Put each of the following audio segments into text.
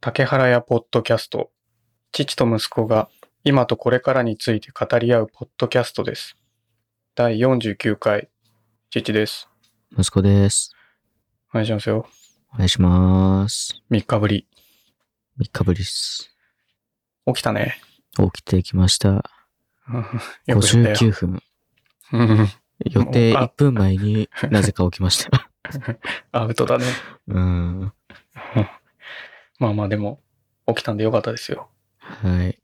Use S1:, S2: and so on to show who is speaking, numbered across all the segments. S1: 竹原屋ポッドキャスト父と息子が今とこれからについて語り合うポッドキャストです第49回父です
S2: 息子です。
S1: お願いしますよ
S2: お願いします。
S1: 3日ぶり
S2: 3日ぶりっす。
S1: 起きたね
S2: 起きてきました。
S1: よく寝たよ
S2: 59分。
S1: うん
S2: 予定
S1: もうあ
S2: 1分前になぜか起きました。
S1: アウトだね
S2: うん。
S1: まあまあでも起きたんでよかったですよ
S2: はい。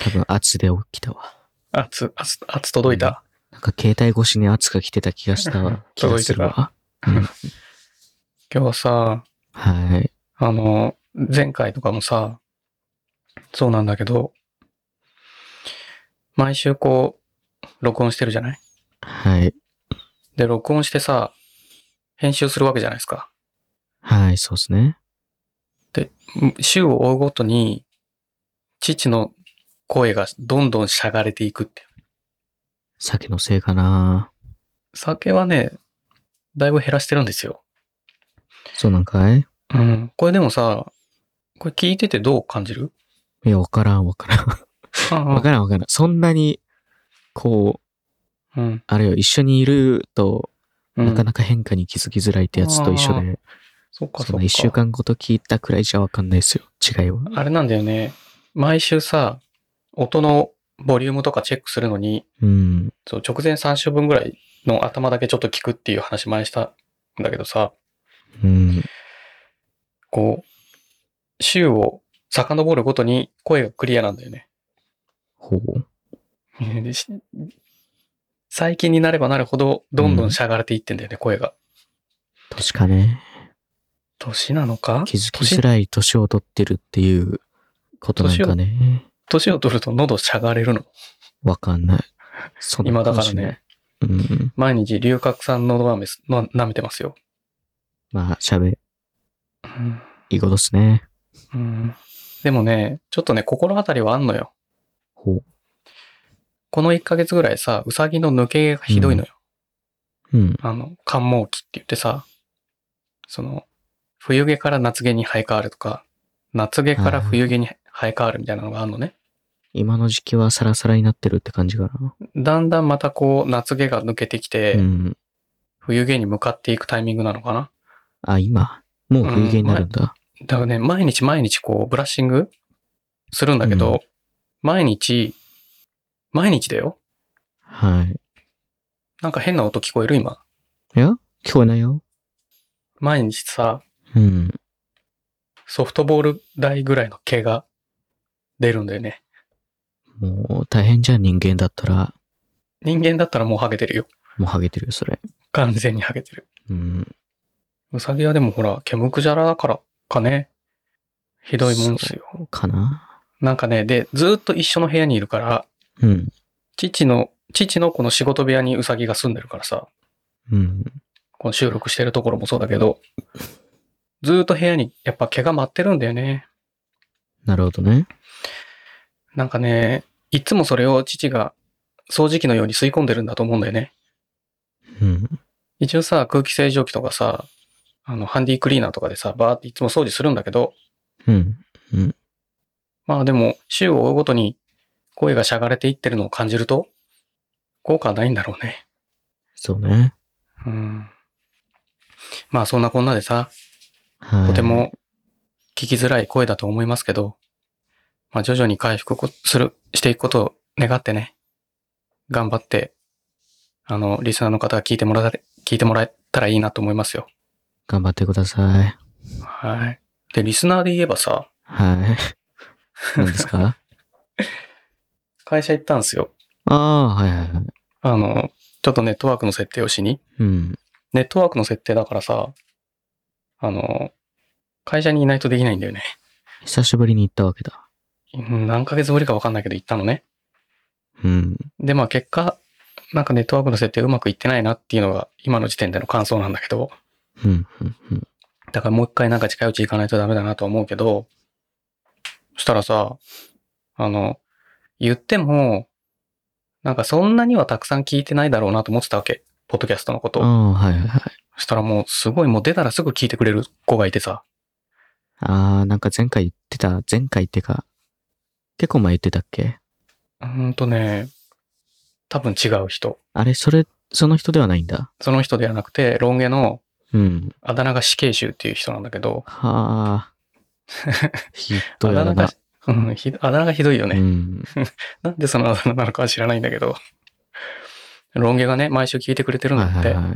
S2: 多分圧で起きたわ。
S1: 圧圧圧届いた、。
S2: なんか携帯越しに圧が来てた気がしたわ 気がするわ。うん
S1: 今日さ
S2: はい。
S1: あの前回とかもさそうなんだけど毎週こう録音してるじゃない
S2: はい。
S1: で、録音してさ、編集するわけじゃないですか。
S2: はい、そうですね。
S1: うん週を追うごとに、父の声がどんどんしゃがれていくっていう。
S2: 酒のせいかな。
S1: 酒はね、だいぶ減らしてるんですよ。
S2: そうなんかい
S1: うん。これでもさ、これ聞いててどう感じる
S2: いや、わからんわからん。わからんわからん。そんなに、こう、
S1: うん。
S2: あれよ、一緒にいると、
S1: うん。
S2: なかなか変化に気づきづらいってやつと一緒
S1: あ
S2: で、
S1: そっか
S2: そ
S1: そっ
S2: の
S1: か。
S2: 一週間ごと聞いたくらいじゃわかんないですよ。違いは。
S1: あれなんだよね。毎週さ、音のボリュームとかチェックするのに、
S2: うん。
S1: そう、直前3週分ぐらいの頭だけちょっと聞くっていう話前にしたんだけどさ、
S2: うん。
S1: こう、週を遡るごとに声がクリアなんだよね。
S2: ほう。
S1: でし最近になればなるほど、どんどんしゃがれていってんだよね、声が。
S2: 確かね。
S1: 年なのか
S2: 気づきづらい年を取ってるっていうことなんかね。
S1: 年を取ると喉しゃがれるの。
S2: わかんない。そんな
S1: 今だ
S2: か
S1: か
S2: も
S1: ら
S2: しれない
S1: ね、
S2: うん。
S1: 毎日龍角散のど飴すの舐めてますよ。
S2: まあ、喋、
S1: うん
S2: いいことっすね。
S1: うんでもね、ちょっとね、心当たりはあんのよ。
S2: ほう。
S1: この1ヶ月ぐらいさ、うさぎの抜け毛がひどいのよ。
S2: うん。
S1: あの、寒毛期って言ってさ、その、冬毛から夏毛に生え変わるとか、夏毛から冬毛に生え変わるみたいなのがあるのね。
S2: 今の時期はサラサラになってるって感じかな。
S1: だんだんまたこう、夏毛が抜けてきて、
S2: うん。
S1: 冬毛に向かっていくタイミングなのかな。
S2: あ、今。もう冬毛になるんだ。
S1: だからね、毎日毎日こう、ブラッシングするんだけど、
S2: う
S1: 毎日、毎日だよ。
S2: はい。
S1: なんか変な音聞こえる今。
S2: いや聞こえないよ。
S1: 毎日さ、
S2: うん。
S1: ソフトボール台ぐらいの毛が出るんだよね。
S2: もう大変じゃん、人間だったら。
S1: 人間だったらもうハゲてるよ。
S2: もうハゲてるよ、それ。
S1: 完全にハゲてる。
S2: うん。
S1: うさぎはでもほら、毛むくじゃらだからかね。ひどいもんですよ。
S2: そうかな
S1: なんかね、で、ずーっと一緒の部屋にいるから、
S2: うん。
S1: 父の、父のこの仕事部屋にうさぎが住んでるからさ、
S2: うん。
S1: この収録してるところもそうだけど、ずーっと部屋にやっぱ毛が舞ってるんだよね。
S2: なるほどね。
S1: なんかね、いつもそれを父が掃除機のように吸い込んでるんだと思うんだよね。
S2: うん。
S1: 一応さ、空気清浄機とかさ、あの、ハンディクリーナーとかでさ、バーっていつも掃除するんだけど、
S2: うん。
S1: まあでも、週を追うごとに声がしゃがれていってるのを感じると、効果はないんだろうね。
S2: そうね。
S1: うん。まあそんなこんなでさ、
S2: はい。
S1: とて。も聞きづらい声だと思いますけど、まあ徐々に回復こする、していくことを願ってね、頑張って、あの、リスナーの方が聞いてもらえた聞いてもらえたらいいなと思いますよ。
S2: 頑張ってください。
S1: はい。で、リスナーで言えばさ、
S2: はい。 何ですか
S1: 会社行ったんですよ。
S2: ああ、はいはいはい。
S1: あの、ちょっとネットワークの設定をしに。
S2: うん。
S1: ネットワークの設定だからさ、あの、会社にいないとできないんだよね。
S2: 久しぶりに行ったわけだ。
S1: うん何ヶ月ぶりかわかんないけど行ったのね。
S2: うん。
S1: で、まあ結果、なんかネットワークの設定うまくいってないなっていうのが今の時点での感想なんだけど、
S2: うん。うん。うん
S1: だからもう一回なんか近いうち行かないとダメだなとは思うけど、そしたらさ、あの、言っても、なんかそんなにはたくさん聞いてないだろうなと思ってたわけ。ポッドキャストのこと
S2: あ
S1: を。
S2: あ、はいはいはい。
S1: そしたらもうすごいもう出たらすぐ聞いてくれる子がいてさ。
S2: ああ、なんか前回言ってた、前回ってか、結構前言ってたっけ
S1: うーんとね、多分違う人。
S2: あれ、それ、その人ではないんだ。
S1: その人ではなくて、ロン毛の
S2: うん。
S1: あだ名が死刑囚っていう人なんだけど、
S2: はあ。 ひど
S1: あ
S2: い
S1: だ名
S2: な。
S1: が、うん、ひあだ名がひどいよね。
S2: うん。
S1: なんでそのあだ名なのかは知らないんだけど、ロン毛がね、毎週聞いてくれてるん
S2: は
S1: だ
S2: い
S1: って、
S2: はいはい。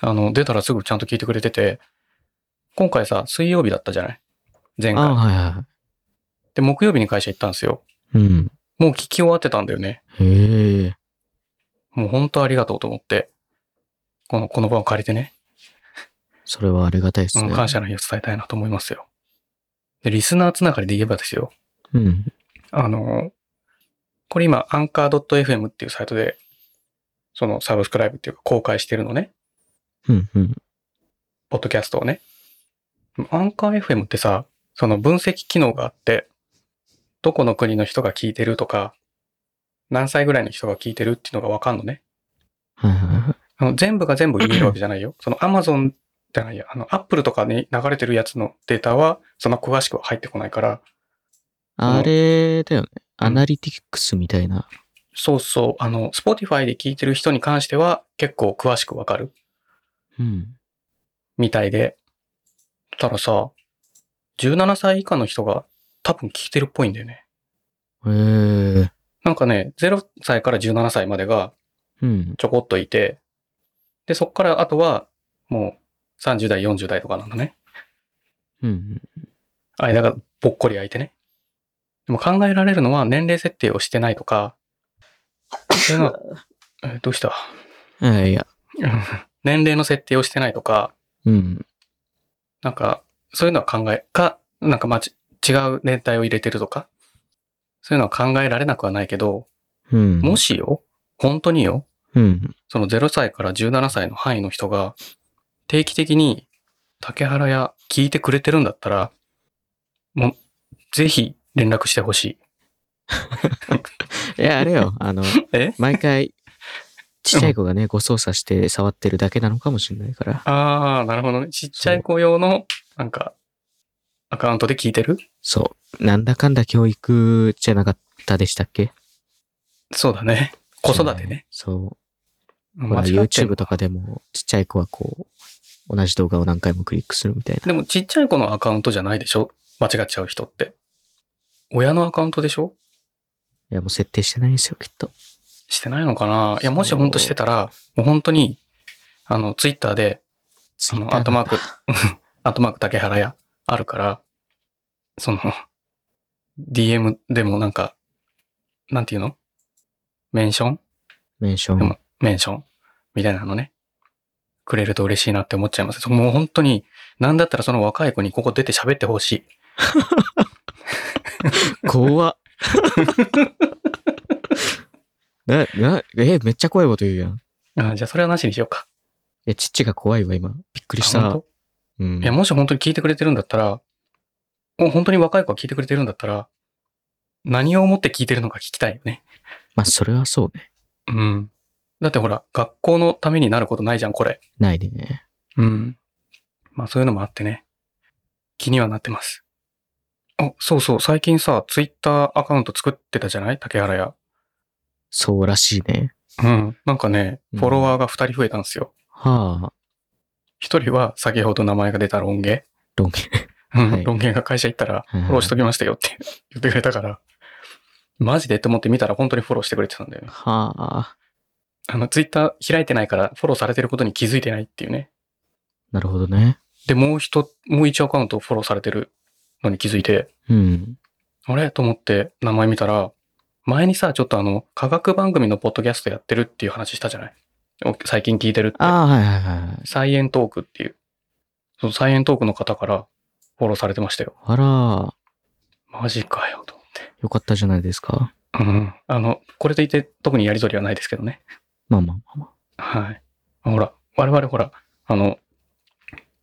S1: あの、出たらすぐちゃんと聞いてくれてて、今回さ、水曜日だったじゃない前
S2: あ
S1: 回。
S2: はいは
S1: で、木曜日に会社行ったんですよ。
S2: い。うん。
S1: もう聞き終わってたんだよね。
S2: へえ。
S1: もう本当ありがとうと思って、この、この場を借りてね、
S2: それはありがたいです
S1: う
S2: ね。
S1: ん感謝の日を伝えたいなと思いますよ。で、リスナーつながりで言えばですよ。
S2: うん。
S1: あの、これ今、anchor.fm っていうサイトで、そのサブスクライブっていうか公開してるのね。
S2: うんうん。
S1: ポッドキャストをね。アンカー FM ってさ、その分析機能があって、どこの国の人が聞いてるとか、何歳ぐらいの人が聞いてるっていうのがわかんのね。
S2: はいはいはい。
S1: あの全部が全部言えるわけじゃないよ。その Amazon じゃないや、あの Apple とかに流れてるやつのデータは、そんな詳しくは入ってこないから、
S2: あれだよね。アナリティクスみたいな。
S1: そうそう、あの、Spotify で聞いてる人に関しては結構詳しくわかる
S2: うん。
S1: みたいで。たださ、17歳以下の人が多分聞いてるっぽいんだよね。
S2: へえ。
S1: なんかね、0歳から17歳までが
S2: うん。
S1: ちょこっといて、で、そっからあとはもう30代、40代とかなんだね。
S2: うん。
S1: 間がぼっこり空いてね。でも考えられるのは年齢設定をしてないとか、そういうのはえどうした
S2: あいや。
S1: 年齢の設定をしてないとか、
S2: うん。
S1: なんか、そういうのは考え、か、なんかまあち違う年代を入れてるとか、そういうのは考えられなくはないけど、
S2: うん。
S1: もしよ、本当によ、
S2: うん。
S1: その0歳から17歳の範囲の人が、定期的に竹原屋聞いてくれてるんだったら、もう、ぜひ連絡してほしい。
S2: いや、あ れよ。あの、
S1: え
S2: 毎回、ちっちゃい子がね、ご操作して触ってるだけなのかもしれないから。
S1: ああ、なるほどね。ちっちゃい子用の、なんか、アカウントで聞いてる
S2: そう。なんだかんだ教育じゃなかったでしたっけ
S1: そうだね。子育てね。。
S2: そう。ほ
S1: 間
S2: ら、
S1: 違ってん
S2: YouTube
S1: の
S2: とかでも、ちっちゃい子はこう、同じ動画を何回もクリックするみたいな。
S1: でもちっちゃい子のアカウントじゃないでしょ間違っちゃう人って。親のアカウントでしょ
S2: いや、もう設定してないんですよ、きっと。
S1: してないのかないや、もし
S2: そう
S1: ほんとしてたら、もう本当に、あの、ツイッターで、
S2: ツ
S1: あの、アートマーク、 アートマーク竹原屋あるから、その、DM でもなんか、なんていうのメンション
S2: メンショ
S1: で
S2: ン。
S1: も、メンションみたいなのね。くれると嬉しいなって思っちゃいます。もう本当に、なんだったらその若い子にここ出て喋ってほしい。
S2: 怖っ。な、な、え、めっちゃ怖いこと言うやん。い
S1: あじゃあそれはなしにしようか。
S2: や、ちっちが怖いわ、今。びっくりし
S1: あ
S2: た
S1: 本。
S2: う
S1: 当
S2: ん
S1: いや、。もし本当に聞いてくれてるんだったら、もう本当に若い子が聞いてくれてるんだったら、何を思って聞いてるのか聞きたいよね。
S2: まあ、それはそうね。
S1: うん。だってほら、学校のためになることないじゃん、これ。
S2: ないでね。
S1: うん。まあそういうのもあってね。気にはなってます。あ、そうそう、最近さ、ツイッターアカウント作ってたじゃない竹原屋。
S2: そうらしいね。
S1: うん。なんかね、
S2: うん
S1: フォロワーが2人増えたんですよ。
S2: はあ、
S1: 1人は先ほど名前が出たロン毛。
S2: ロン毛。
S1: うん
S2: はい
S1: ロン毛が会社行ったら、
S2: は
S1: フ
S2: いはい
S1: ォローしときましたよって 言ってくれたから。マジでって思って見たら本当にフォローしてくれてたんだよね。
S2: はあ、
S1: あの、ツイッター開いてないからフォローされてることに気づいてないっていうね。
S2: なるほどね。
S1: で、もう一、もう一アカウントフォローされてるのに気づいて、
S2: うん。
S1: あれと思って名前見たら、前にさ、ちょっとあの、科学番組のポッドキャストやってるっていう話したじゃないお最近聞いてるって。
S2: ああ、はいはいはいはい。
S1: サイエントークっていう。そのサイエントークの方からフォローされてましたよ。
S2: あら、
S1: マジかよ、と思っ
S2: よかったじゃないですか。
S1: て。うん。あの、これといって特にやりとりはないですけどね。
S2: まあまあまあまあ。
S1: はい。ほら、我々ほら、あの、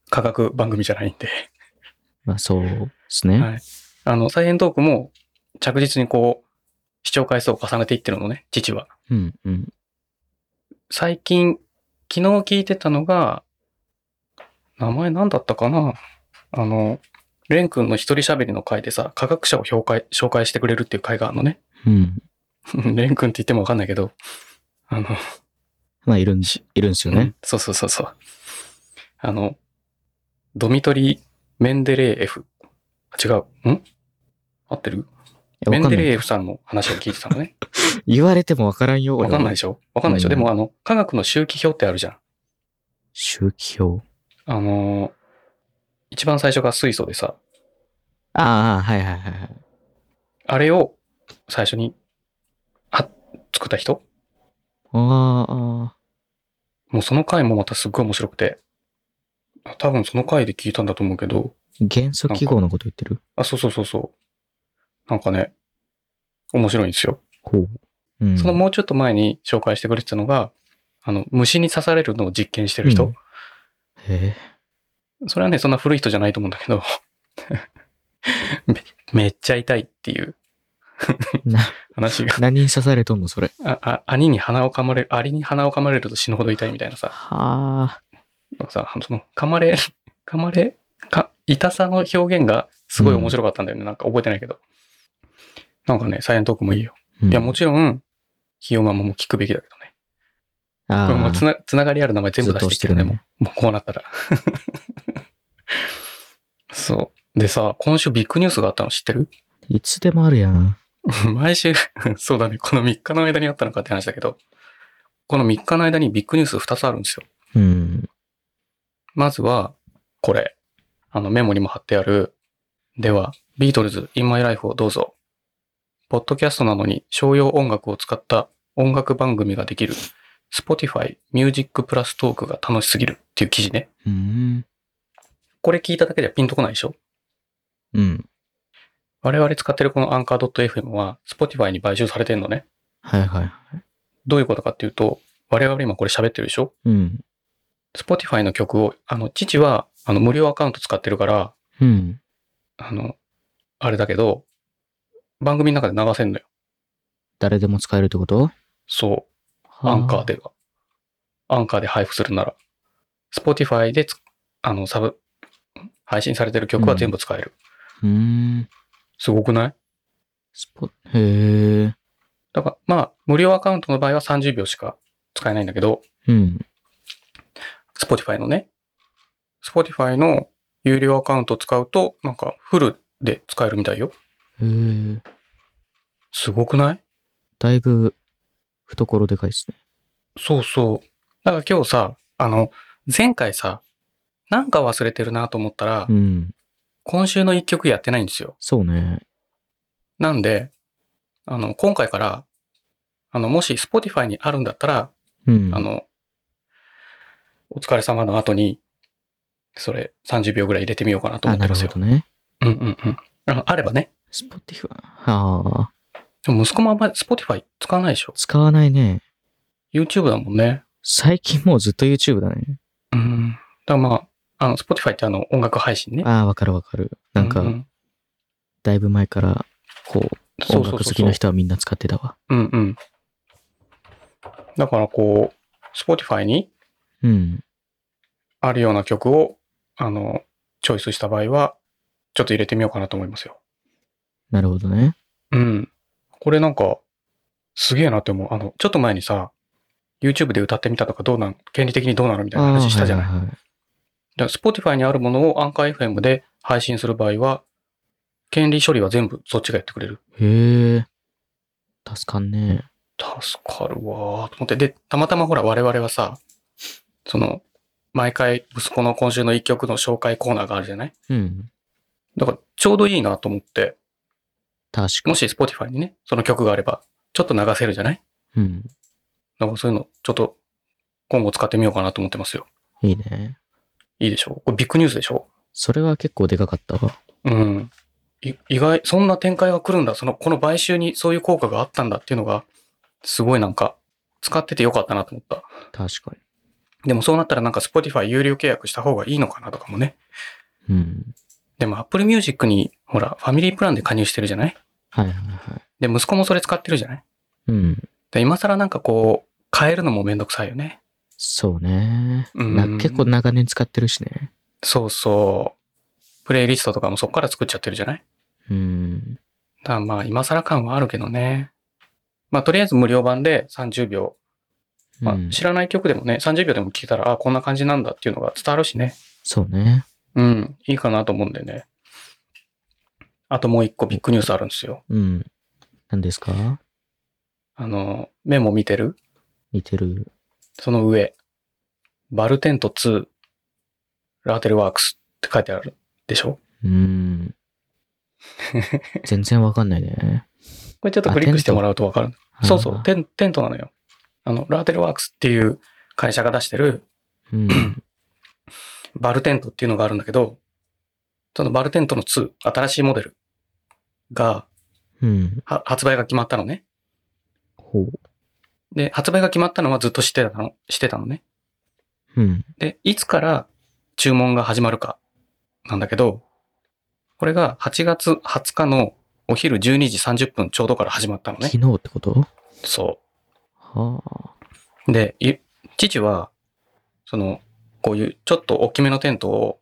S1: 科学番組じゃないんで。
S2: まあ、そうですね。
S1: はい。あの、サイエントークも着実にこう、視聴回数を重ねていってるのね、父は。
S2: うん、うん。
S1: 最近、昨日聞いてたのが、名前何だったかなあの、レン君の一人喋りの回でさ、科学者を紹介、紹介してくれるっていう回があるのね。
S2: うん。
S1: レン君って言ってもわかんないけど、あの、
S2: まあ、いるんし、いるんですよ
S1: う
S2: ね
S1: ん。そうそうそうそう。あの、ドミトリー・メンデレーエフ。あ違う。ん合ってる
S2: い
S1: メ
S2: や
S1: ン
S2: わか
S1: デ
S2: んな
S1: レー
S2: い。
S1: エフさんの話を聞いてたのね。
S2: 言われてもわからんよ、
S1: わ
S2: 俺
S1: かんない
S2: は
S1: で。しょわかんないでしょ、
S2: うん
S1: でもあの、科学の周期表ってあるじゃん。
S2: 周期表。
S1: あのー、一番最初が水素でさ、
S2: ああ、はいはいはいはい。
S1: あれを最初に、あ、作った人
S2: あーあ
S1: もうその回もまたすっごい面白くて。あ多分その回で聞いたんだと思うけど、
S2: ー、元素記号のこと言ってる
S1: あ、そうそうそうそう。なんかね、面白いんですよ。
S2: ほう。うん。
S1: そのもうちょっと前に紹介してくれてたのが、あの、虫に刺されるのを実験してる人。
S2: へ
S1: それはね、そんな古い人じゃないと思うんだけど、 めめっちゃ痛いっていう
S2: え。な、
S1: 話が、
S2: 何に刺されとんの、それ。
S1: あ、あ、アに鼻を噛まれる、アリに鼻を噛まれると死ぬほど痛いみたいなさ、
S2: はあ。
S1: なんかさ、その、噛まれ、噛まれ、か、痛さの表現がすごい面白かったんだよね。なんか覚えてないけど。なんかね、サイエントークもいいよ。
S2: うん
S1: いや、もちろん、ヒヨママも聞くべきだけどね。こ
S2: あ
S1: れもう
S2: あ、
S1: つな、つながりある名前全部出してきてるね、
S2: ずっと押して
S1: もう。
S2: るね
S1: もうこうなったら。そう。でさ、今週ビッグニュースがあったの知ってる
S2: いつでもあるやん。
S1: 毎週、そうだね、この3日の間にあったのかって話だけど、この3日の間にビッグニュース2つあるんですよ。
S2: うん。
S1: まずは、これ。あのメモにも貼ってある。では、ビートルズ、In My Life をどうぞ。ポッドキャストなのに商用音楽を使った音楽番組ができる。Spotify Music Plus Talk が楽しすぎるっていう記事ね。
S2: うん。
S1: これ聞いただけじゃピンとこないでしょ
S2: うん。
S1: 我々使ってるこの anchor.fm は Spotify に買収されてんのね。
S2: はいはい。
S1: どういうことかっていうと、我々今これ喋ってるでしょ
S2: うん。
S1: ?Spotify の曲を、あの、父は、あの、無料アカウント使ってるから、
S2: うん。
S1: あの、あれだけど、番組の中で流せんのよ。
S2: 誰でも使えるってこと
S1: そう。
S2: はあ
S1: アンカー。では。アンカーで配布するなら。Spotify でつ、あの、サブ、ん配信されてる曲は全部使える。
S2: うん。
S1: すごくない
S2: スポへえ。
S1: だから、まあ、無料アカウントの場合は30秒しか使えないんだけど、
S2: うん。
S1: Spotify のね。Spotify の有料アカウントを使うと、なんかフルで使えるみたいよ。
S2: へえ。
S1: すごくない
S2: だいぶ、懐でかいですね。
S1: そうそう。だから今日さ、あの、前回さ、なんか忘れてるなと思ったら、
S2: うん。
S1: 今週の一曲やってないんですよ。
S2: そうね。
S1: なんで、あの、今回から、あの、もし Spotify にあるんだったら、
S2: うん。
S1: あの、お疲れ様の後に、それ30秒ぐらい入れてみようかなと
S2: あ、
S1: 思っ
S2: な
S1: てます
S2: るほ
S1: よ。
S2: どね。
S1: うんうんうん。ああればね。
S2: スポティファああ。
S1: でも息子もあんまり Spotify 使わないでしょ
S2: 使わないね。
S1: ?YouTube だもんね。
S2: 最近もうずっと YouTube だね。
S1: うん。だからまあ、あの、Spotify ってあの、音楽配信ね。
S2: ああ、わかるわかる。なん
S1: うう
S2: か、だいぶ前から、こう、
S1: そうそ
S2: 音
S1: う
S2: 楽好
S1: そう
S2: き
S1: そう
S2: な。人はみんな使ってたわ。
S1: うんうん。だからこう、Spotify に
S2: うん。
S1: あるような曲を、あの、チョイスした場合は、ちょっと入れてみようかなと思いますよ。
S2: なるほどね。
S1: うん。これなんか、すげえなって思う。あの、ちょっと前にさ、YouTube で歌ってみたとかどうなん、権利的にどうなのみたいな話したじゃない
S2: あー。はいはいはい
S1: だから Spotify にあるものをアンカー FM で配信する場合は、権利処理は全部そっちがやってくれる。
S2: へえ。助かんね
S1: 助かるわーと思って。で、たまたまほら我々はさ、その、毎回息子の今週の一曲の紹介コーナーがあるじゃない
S2: え。うん。
S1: だからちょうどいいなと思って、
S2: 確か
S1: もし Spotify にね、その曲があれば、ちょっと流せるじゃない
S2: に。うん。
S1: だからそういうの、ちょっと今後使ってみようかなと思ってますよ。
S2: いいね。
S1: いいでしょこれビッグニュースでしょ
S2: それは結構でかかったわ。
S1: うん。い意外、そんな展開が来るんだ。その、この買収にそういう効果があったんだっていうのが、すごいなんか、使っててよかったなと思った。
S2: 確か
S1: でもそうなったらなんか Spotify 有料契約した方がいいのかなとかもね。
S2: に。うん。
S1: でも Apple Music に、ほら、ファミリープランで加入してるじゃない
S2: はいはいはい。
S1: で、息子もそれ使ってるじゃない
S2: うん。
S1: で、今更なんかこう、変えるのもめんどくさいよね。
S2: そうね。
S1: うん
S2: な結構長年使ってるしね。
S1: そうそプレイリストとかもそこから作っちゃってるじゃない
S2: うん。
S1: だからまあ、今更感はあるけどね。まあ、とりあえず無料版で30秒。ま
S2: うん
S1: あ、知らない曲でもね、30秒でも聴けたら、あ、こんな感じなんだっていうのが伝わるしね。
S2: そうね。
S1: うん、いいかなと思うんでね。あともう一個ビッグニュースあるんですよ。
S2: うん。何ですか
S1: あの、メモ見てる
S2: 似てる。
S1: その上。バルテント2、ラーテルワークスって書いてあるでしょ
S2: うん。全然わかんないね。
S1: これちょっとクリックしてもらうとわかる。 そうそう、
S2: あー。
S1: テンテントなのよ。あの、ラーテルワークスっていう会社が出してる
S2: うん。
S1: バルテントっていうのがあるんだけど、そのバルテントの2、新しいモデルが、
S2: うん。
S1: は発売が決まったのね。
S2: ほう。
S1: で、発売が決まったのはずっと知ってたの、してたのね。
S2: うん。
S1: で、いつから注文が始まるかなんだけど、これが8月20日のお昼12時30分ちょうどから始まったのね
S2: 昨。日ってこと
S1: そ
S2: はあ。
S1: う。で、い父は、その、こういうちょっと大きめのテントを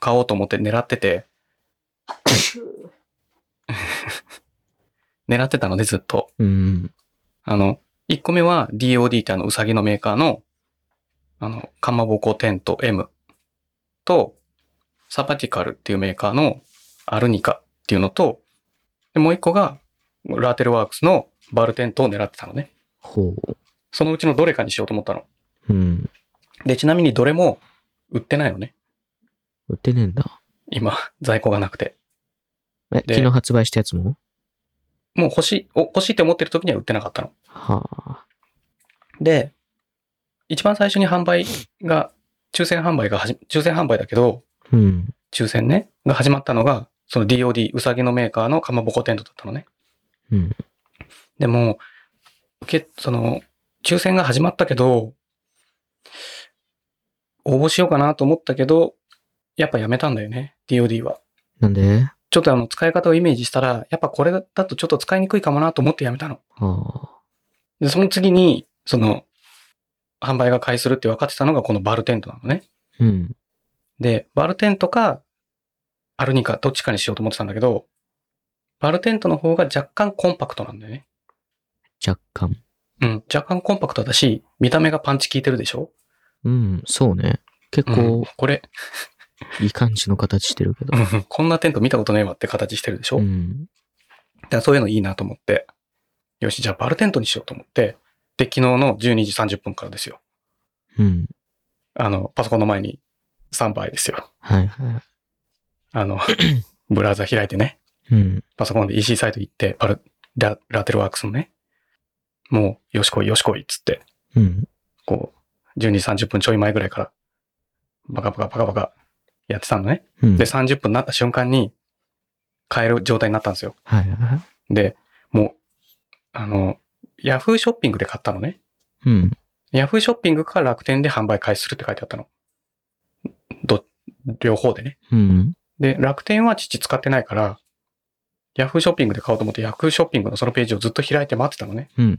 S1: 買おうと思って狙って て、狙ってたのでずっと。
S2: うん。
S1: あの、1個目は DOD ってあの、うさぎのメーカーの、あの、かまぼこテント M と、サバティカルっていうメーカーのアルニカっていうのと、でもう1個が、ラーテルワークスのバルテントを狙ってたのね。
S2: ほう。
S1: そのうちのどれかにしようと思ったの。
S2: うん。
S1: で、ちなみにどれも売ってないのね。
S2: 売ってねえんだ。
S1: 今、在庫がなくて。
S2: え、
S1: で
S2: 昨日発売したやつも
S1: もう欲しい、お欲しいって思ってる時には売ってなかったの。
S2: はあ。
S1: で、一番最初に販売が、抽選販売がはじ、抽選販売だけど、
S2: うん。
S1: 抽選ね、が始まったのが、その DOD、うさぎのメーカーのかまぼこテントだったのね。
S2: うん。
S1: でも、受け、その、抽選が始まったけど、応募しようかなと思ったけど、やっぱやめたんだよね、DOD は。
S2: なんで
S1: ちょっとあの、使い方をイメージしたら、やっぱこれだとちょっと使いにくいかもなと思ってやめたの。
S2: はあ。
S1: で、その次に、その、販売が開始するって分かってたのがこのバルテントなのね。
S2: うん。
S1: で、バルテントか、アルニカ、どっちかにしようと思ってたんだけど、バルテントの方が若干コンパクトなんだよね。
S2: 若干。
S1: うん、若干コンパクトだし、見た目がパンチ効いてるでしょ
S2: うん。そうね。結
S1: うん
S2: 構、
S1: これ、
S2: いい感じの形してるけど。
S1: うんこんなテント見たことねえわって形してるでしょ、
S2: うん。
S1: だからそういうのいいなと思って、よし、じゃあバルテントにしようと思って、で、昨日の12時30分からですよ。
S2: うん。
S1: あの、パソコンの前に3倍ですよ。
S2: はいは
S1: あの、ブラウザ開いてね。
S2: い。うん。
S1: パソコンで EC サイト行って、パルララテルワークスのね、もう、よしこいよしこいっつって、
S2: うん。
S1: こう、12時30分ちょい前ぐらいから、バカバカバカバカやってたのね。
S2: うん。
S1: で、30分になった瞬間に、買える状態になったんですよ。
S2: はいは
S1: で、もう、あの、ヤフーショッピングで買ったのね。
S2: い。うん。
S1: ヤフーショッピングか楽天で販売開始するって書いてあったの。ど、両方でね。
S2: うん。
S1: で、楽天は父使ってないから、ヤフーショッピングで買おうと思って、ヤフーショッピングのそのページをずっと開いて待ってたのね。
S2: うん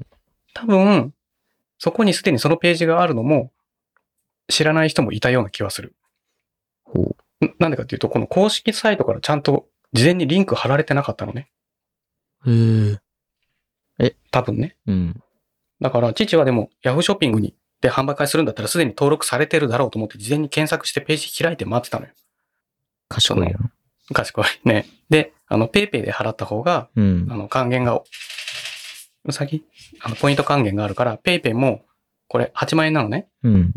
S1: 多分、そこにすでにそのページがあるのも、知らない人もいたような気はする。
S2: ほう。
S1: んなんでかっていうと、この公式サイトからちゃんと事前にリンク貼られてなかったのね。
S2: へえ。
S1: 多分ね。
S2: うん。
S1: だから、父はでも、ヤフーショッピングに、で販売会するんだったら、すでに登録されてるだろうと思って、事前に検索してページ開いて待ってたのよ。
S2: 賢いよ。
S1: 賢いね。で、あの、ペイペイで払った方が、
S2: うん
S1: あ。の、還元が、うさぎあの、ポイント還元があるから、ペイペイも、これ8万円なのね。
S2: うん。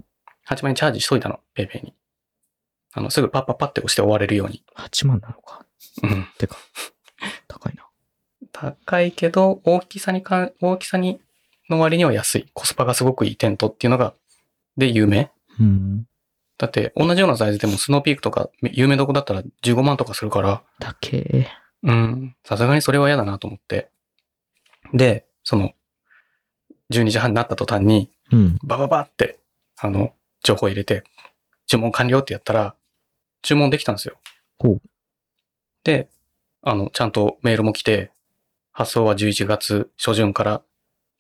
S1: 8万円チャージしといたの、ペイペイに。あの、すぐパッパッパって押して終われるように。
S2: 8万なのか。
S1: うん。
S2: て か、高いな。
S1: 高いけど、大きさにかん、大きさに、の割には安い。コスパがすごくいいテントっていうのが、で、有名。
S2: うん。
S1: だって、同じようなサイズでもスノーピークとか、有名どこだったら15万とかするから、
S2: だけ。
S1: うん。さすがにそれは嫌だなと思って。で、その、12時半になった途端に、
S2: うん。
S1: バババって、あの、情報入れて、注文完了ってやったら、注文できたんですよ。
S2: ほう
S1: で、あの、ちゃんとメールも来て、発送は11月初旬から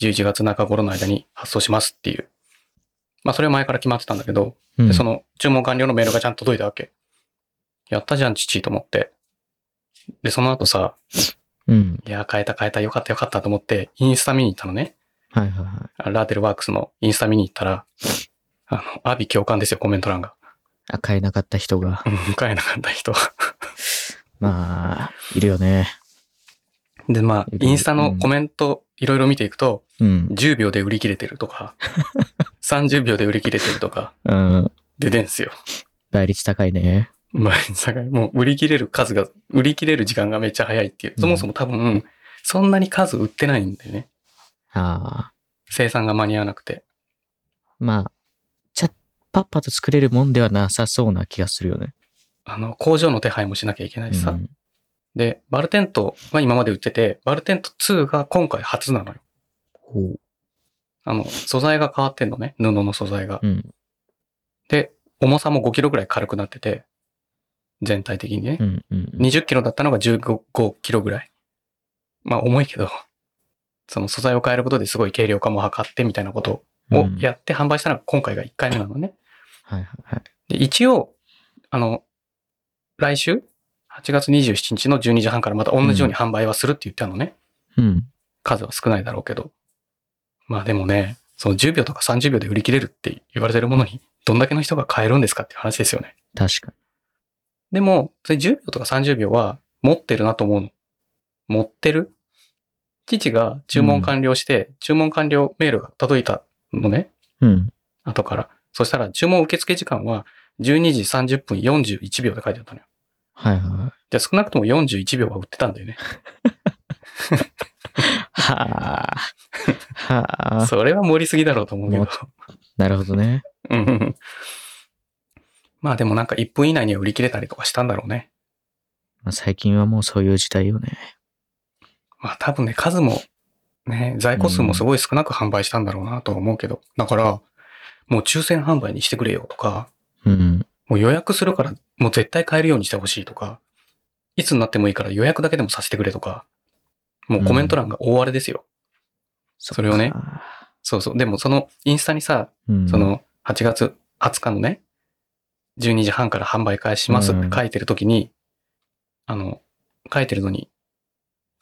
S1: 11月中頃の間に発送しますっていう。まあ、それは前から決まってたんだけど、
S2: う
S1: で
S2: ん。
S1: その注文完了のメールがちゃんと届いたわけ。やったじゃん、父と思って。で、その後さ、
S2: うん。
S1: いや、変えた変えた、よかったよかったと思って、インスタ見に行ったのね。
S2: はいはいはい。
S1: あラーテルワークスのインスタ見に行ったら、あの、アビ共感ですよ、コメント欄が。
S2: あ、買えなかった人が。
S1: うん、変えなかった人。
S2: まあ、いるよね。
S1: で、まあ、インスタのコメント、いろいろ見ていくと、
S2: うん。
S1: 10秒で売り切れてると か、30秒で売り切れてるとか、
S2: うん。
S1: 出てんすよ。
S2: 倍率高いね。
S1: まあ、さかもう売り切れる数が、売り切れる時間がめっちゃ早いっていう。そもそも多分、そんなに数売ってないんだよね。
S2: ああ。
S1: 生産が間に合わなくて。
S2: まあ、ちゃ、パッパと作れるもんではなさそうな気がするよね。
S1: あの、工場の手配もしなきゃいけな
S2: う
S1: いしさ。
S2: ん、
S1: で、バルテントは今まで売ってて、バルテント2が今回初なのよ。
S2: ほう。
S1: あの、素材が変わってんのね。布の素材が。
S2: うん。
S1: で、重さも5キロぐらい軽くなってて、全体的にね
S2: う。ん。うん。
S1: 20キロだったのが15キロぐらい。まあ重いけど、その素材を変えることですごい軽量化も図ってみたいなこと
S2: う
S1: を
S2: ん
S1: やって販売したのが今回が1回目なのね。
S2: はいはいはい。
S1: で、一応、あの、来週、8月27日の12時半からまた同じように販売はするって言ったのね。
S2: うん。
S1: 数は少ないだろうけど。まあでもね、その10秒とか30秒で売り切れるって言われてるものに、どんだけの人が買えるんですかっていう話ですよね。
S2: 確か
S1: でも、それ10秒とか30秒は持ってるなと思うの。持ってる父が注文完了して、注文完了メールが届いたのね。
S2: に。うん。
S1: 後から。そしたら注文受付時間は12時30分41秒で書いてあったのよ。
S2: はいはいはい。
S1: じゃあ少なくとも41秒は売ってたんだよね。
S2: はあ。はあ。
S1: それは盛りすぎだろうと思うけ
S2: も
S1: ど
S2: っ。なるほどね。
S1: うんうんうんまあでもなんか1分以内には売り切れたりとかしたんだろうね。
S2: まあ、最近はもうそういう時代よね。
S1: まあ多分ね、数も、ね、在庫数もすごい少なく販売したんだろうなとは思うけど。だから、もう抽選販売にしてくれよとか、
S2: うん。
S1: もう予約するからもう絶対買えるようにしてほしいとか、いつになってもいいから予約だけでもさせてくれとか、もうコメント欄が大荒れですよ。それをね
S2: っか。
S1: そうそう。でもそのインスタにさ、
S2: うん。
S1: そ、の8月20日のね、12時半から販売開始しますって書いてるときに、あの、書いてるのに、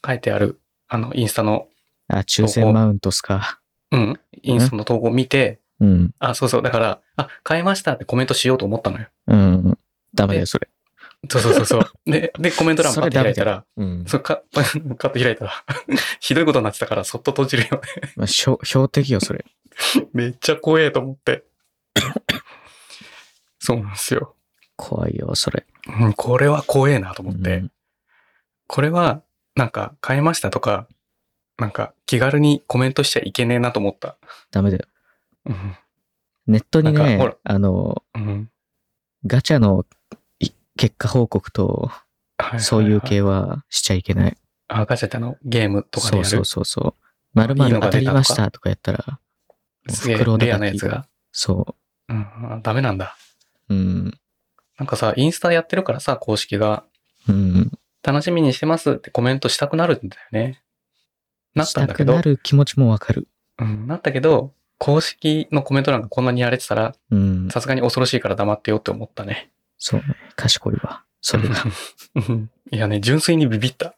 S1: 書いてある、あの、インスタの、
S2: あ、抽選マウントっすか。
S1: うん、インスタの投稿を見て、
S2: うん。
S1: あ、そうそう、だから、あ、買いましたってコメントしようと思ったのよ。
S2: うん。ダメだよ、
S1: で
S2: それ。
S1: そうそうそう そう。で、で、コメント欄パッて開いたら、
S2: うん。
S1: そう、か、 パッて開いたら、 ひどいことになってたから、そっと閉じるよ ね。
S2: まあ、しょ標的よ、それ。
S1: めっちゃ怖えと思 って。そうなんですよ。
S2: 怖いよ、それ。
S1: うん、これは怖えなと思って。
S2: うん
S1: これは、なんか、買いましたとか、なんか、気軽にコメントしちゃいけねえなと思った。
S2: ダメだよ。
S1: うん。
S2: ネットに
S1: なんかほら
S2: ね、あの、
S1: うん
S2: ガチャのい結果報告と、そういう。
S1: ははは
S2: 系はしちゃいけない。
S1: あ、ガチャってあの、ゲームとかで
S2: そ
S1: や
S2: う
S1: る。
S2: そうそうそう。まるま
S1: いいの
S2: る
S1: が出た
S2: 当たり
S1: とか
S2: ましたとかやったら、
S1: すげえ、
S2: 袋
S1: レア
S2: 叩
S1: なや
S2: き
S1: つが。
S2: そ
S1: うん、あダメなんだ。
S2: う。うん。
S1: なんかさ、インスタやってるからさ、公式が、
S2: うん。
S1: 楽しみにしてますってコメントしたくなるんだよね。なったんだけ
S2: したく
S1: ど、
S2: なる気持ちもわかる。
S1: うん、なったけど、公式のコメント欄がこんなにやれてたら、
S2: うん。
S1: さすがに恐ろしいから黙ってよって思ったね。
S2: そうね。賢いわ。それが。
S1: うん いやね、純粋にビビった。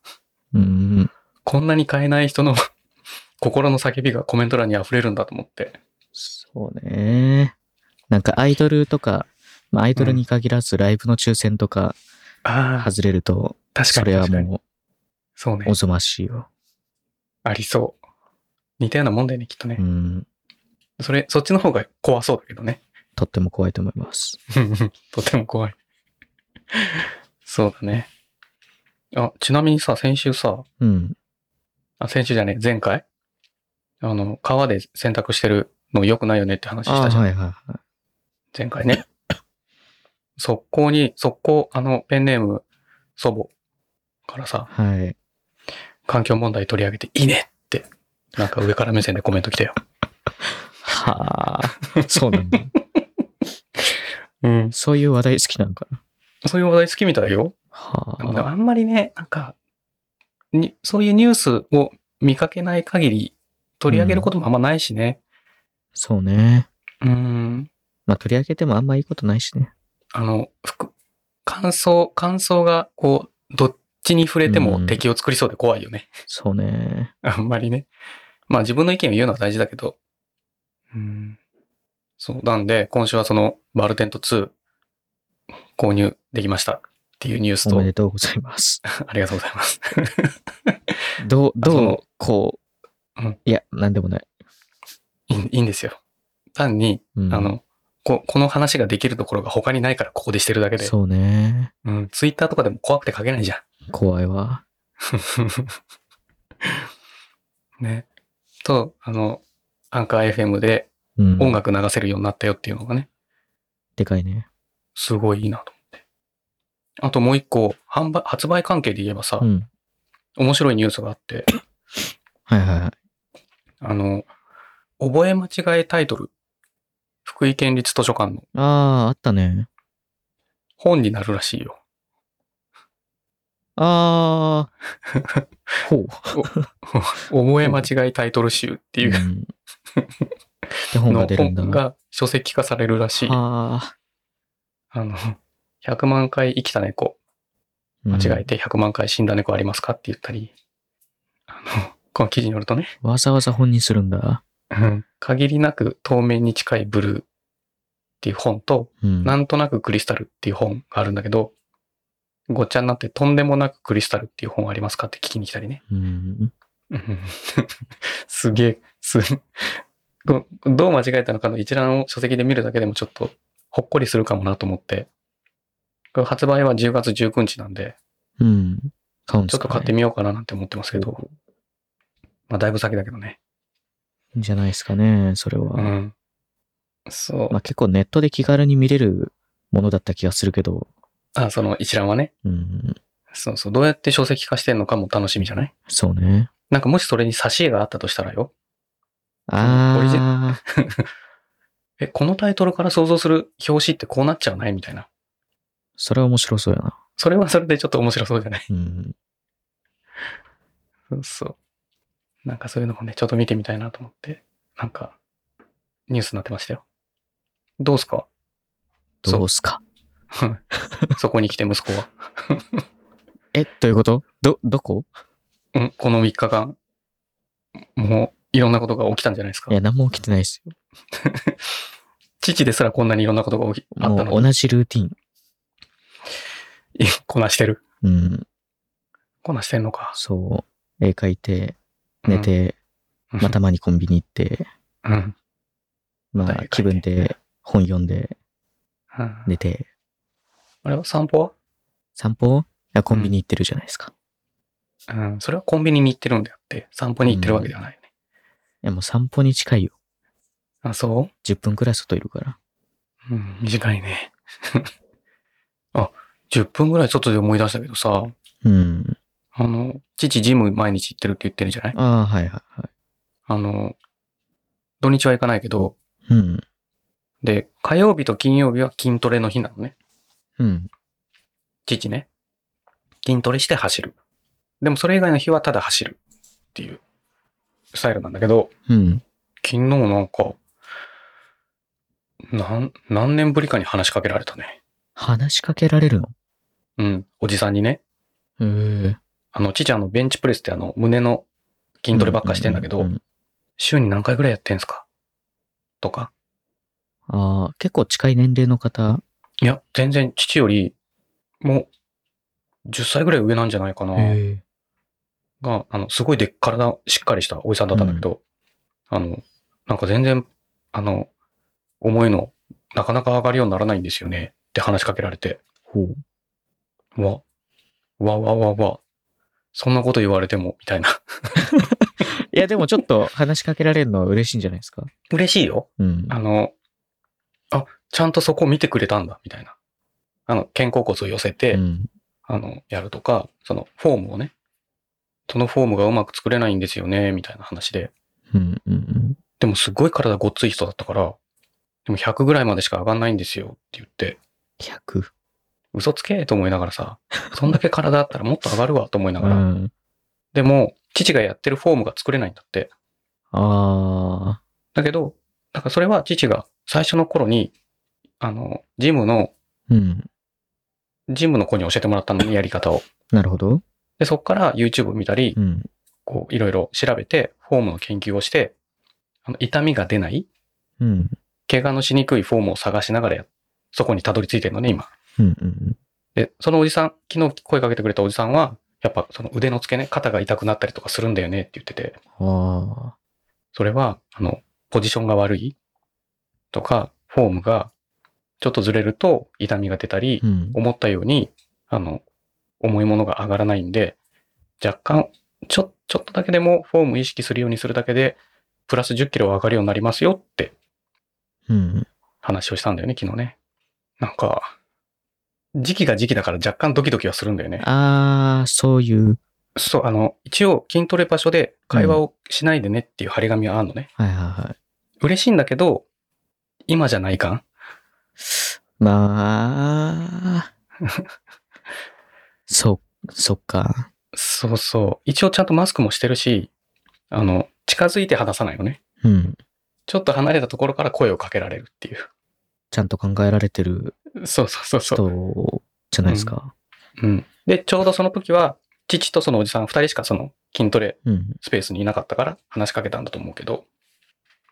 S2: うん。
S1: こんなに買えない人の 心の叫びがコメント欄に溢れるんだと思って。
S2: そうね。なんかアイドルとか、まあ、アイドルに限らずライブの抽選とか
S1: ああ、
S2: 外れると、
S1: 確か
S2: そ
S1: に
S2: れは
S1: 確かに。
S2: も
S1: そう
S2: う
S1: ね
S2: お。ぞましいよ。
S1: ありそう。似たようなもんだよね、きっとね
S2: う。ん。
S1: それ、そっちの方が怖そうだけどね。
S2: とっても怖いと思います。
S1: うんうんとても怖い。そうだね。あ、ちなみにさ、先週さ、
S2: うん。
S1: あ、先週じゃねえ、前回あの、川で洗濯してるの良くないよねって話したじゃん。
S2: はいはいはい。
S1: 前回 ね。速攻に、速攻、あの、ペンネーム、祖母からさ、
S2: はい。
S1: 環境問題取り上げていいねって、なんか上から目線でコメント来たよ。
S2: はあ。そうなんだ。
S1: うん。
S2: そういう話題好きなのかな。
S1: そういう話題好きみたいよ。あの
S2: はあ。
S1: あんまりね、なんか、に、そういうニュースを見かけない限り、取り上げることもあんまないしね。
S2: そうね。
S1: うん。
S2: まあ取り上げてもあんまいいことないしね。
S1: あの、福、感想、感想が、こう、どっちに触れて
S2: う
S1: も
S2: ん
S1: 敵を作りそうで怖いよね。
S2: そうね。
S1: あんまりね。まあ自分の意見を言うのは大事だけど。うん。そう。なんで、今週はその、バルテント2、購入できましたっていうニュース
S2: お
S1: と、
S2: めでとうございます。
S1: ありがとうございます。
S2: どう、
S1: あそ
S2: どう
S1: の、
S2: こう、
S1: うん
S2: いや、なんでもない。
S1: いいいいんですよ。単に、
S2: うん
S1: あの、こ、この話ができるところが他にないからここでしてるだけで。
S2: そうね。
S1: うん。ツイッターとかでも怖くて書けないじゃん。
S2: 怖いわ。
S1: ね。と、あの、アンカー FM で
S2: うん。
S1: 音楽流せるようになったよっていうのがね、
S2: でかいね。
S1: すごいいいなと思って。あともう一個、販売、発売関係で言えばさ、
S2: うん。
S1: 面白いニュースがあって、
S2: はいはいはい。
S1: あの、覚え間違えタイトル、福井県立図書館の
S2: ああ、あったね。
S1: 本になるらしいよ。
S2: ああ。ほう。
S1: 覚え間違えタイトル集っていう
S2: うんで本
S1: の
S2: が出るんだ。
S1: 本が書籍化されるらしい。
S2: あ
S1: あの、100万回生きた猫。
S2: あ。
S1: 間違え
S2: え。
S1: て100万回死んだ猫ありますかって言ったり、あの、この記事によるとね、
S2: わざわざ本にするんだ。
S1: 限りなく透明に近いブルーっていう本と、
S2: うん。
S1: なんとなくクリスタルっていう本があるんだけど、ごっちゃになってとんでもなくクリスタルっていう本ありますかって聞きに来た りね。
S2: うん。
S1: うんすげえ、す、どどう間違えたのかの一覧を書籍で見るだけでもちょっとほっこりするかもなと思って、これ発売は10月19日なんで、
S2: うん。買うんで
S1: ちょっ
S2: す
S1: と
S2: か、ね、
S1: 買ってみようかななんて思ってますけど。まあ、だいぶ先だけどね。
S2: いいんじゃないですかね、それは。
S1: うん。そう
S2: まあ。結構ネットで気軽に見れるものだった気がするけど、
S1: あ、その一覧はね。
S2: うん、
S1: そうそう。どうやって書籍化してんのかも楽しみじゃない
S2: そうね。
S1: なんかもしそれに挿絵があったとしたらよ。オリジ
S2: ああ、
S1: え、このタイトルから想像する表紙ってこうなっちゃうないみたいな。
S2: それは面白そうやな。
S1: それはそれでちょっと面白そうじゃない
S2: うん、
S1: そうそう。なんかそういうのもね、ちょっと見てみたいなと思って。なんか、ニュースになってましたよ。どうすか
S2: どうすか。
S1: そこに来て息子は。
S2: え、どういうことど、どこ
S1: うん、この3日間、もういろんなことが起きたんじゃないですか
S2: い。や、何も起きてないですよ。
S1: 父ですらこんなにいろんなことが起きあった
S2: も
S1: の
S2: う
S1: に、
S2: 同じルーティン。
S1: いや こなしてる。
S2: うん、
S1: こなしてんのか。
S2: そう。絵描いて、寝て、
S1: うん、
S2: またまにコンビニ行って、
S1: うん。
S2: ま
S1: 絵描い
S2: あ
S1: て
S2: 気分で本読んで、
S1: うん。
S2: 寝て、
S1: あれは散歩
S2: 散歩いやコンビニ行ってるじゃないですか。
S1: はうん。それはコンビニに行ってるんであって、散歩に行ってるわけではないよね。
S2: いや、もう散歩に近いよ。
S1: あ、そ
S2: 10分くらい外いるから。
S1: ううん、短いね。 あ、10分ぐらい外で思い出したけどさ、
S2: うん。
S1: あの、父ジム毎日行ってるって言ってるじゃない
S2: ああ、はいはいは
S1: あの、土日は行かないけど、
S2: い。うん。
S1: で、火曜日と金曜日は筋トレの日なのね。
S2: うん。
S1: 父ね。筋トレして走る。でもそれ以外の日はただ走るっていうスタイルなんだけど、
S2: うん。
S1: 昨日なんか、なん、何年ぶりかに話しかけられたね。
S2: 話しかけられるの
S1: うん。おじさんにね。
S2: へえ。
S1: あの、父あの、ベンチプレスってあの、胸の筋トレばっかしてんだけ
S2: う
S1: ど
S2: うう、ん
S1: 週に何回ぐらいやってんすかとか。
S2: ああ、結構近い年齢の方。
S1: いや、全然父より、もう、10歳ぐらい上なんじゃないかな。
S2: え。
S1: が、あの、すごいで、体しっかりしたおじさんだったんだけど、あの、なんか全然、あの、重いの、なかなか上がるようにならないんですよね、って話しかけられて、
S2: ほう。
S1: わ、わわわわ、そんなこと言われても、みたいな。
S2: いや、でもちょっと話しかけられるのは嬉しいんじゃないですか。
S1: 嬉しいよ。
S2: うん。
S1: あの、あ、ちゃんとそこ見てくれたんだ、みたいな。あの、肩甲骨を寄せて、
S2: うん。
S1: あの、やるとか、その、フォームをね、そのフォームがうまく作れないんですよね、みたいな話で、
S2: うん。うんうん。
S1: でもすごい体ごっつい人だったから、でも100ぐらいまでしか上がんないんですよって言って、
S2: 100。
S1: 嘘つけと思いながらさ、そんだけ体あったらもっと上がるわと思いな
S2: う
S1: がら。
S2: ん。
S1: でも、父がやってるフォームが作れないんだって。
S2: ああ。
S1: だけど、だからそれは父が最初の頃に、あの、ジムの
S2: うん。
S1: ジムの子に教えてもらったのね、やり方を。
S2: なるほど。
S1: で、そこから YouTube 見たり
S2: う、ん。
S1: こう、いろいろ調べて、フォームの研究をして、あの、痛みが出ない、
S2: うん。
S1: 怪我のしにくいフォームを探しながらや、そこにたどり着いてるのね、今。
S2: うん。うん。
S1: で、そのおじさん、昨日声かけてくれたおじさんは、やっぱその腕の付け根、肩が痛くなったりとかするんだよねって言ってて、
S2: ああ。
S1: それは、あの、ポジションが悪いとか、フォームがちょっとずれると痛みが出たり
S2: う、ん。
S1: 思ったように、あの、重いものが上がらないんで、若干、ちょ、ちょっとだけでもフォーム意識するようにするだけで、プラス10キロは上がるようになりますよって
S2: うん。
S1: 話をしたんだよね、昨日ね。なんか、時期が時期だから若干ドキドキはするんだよね。
S2: ああ、そういう。
S1: そう、あの、一応筋トレ場所で会話をしないでねっていう張り紙はあるのね。
S2: はいはいはい。
S1: 嬉しいんだけど、今じゃない感
S2: まあ。そ、そっか。
S1: そうそう。一応ちゃんとマスクもしてるし、あの、近づいて話さないのね。
S2: うん。
S1: ちょっと離れたところから声をかけられるっていう。
S2: ちゃんと考えられてる
S1: そうそうそうそう。
S2: 人じゃないですか。
S1: うん。で、ちょうどその時は、父とそのおじさん二人しかその筋トレ
S2: うん。
S1: スペースにいなかったから話しかけたんだと思うけど。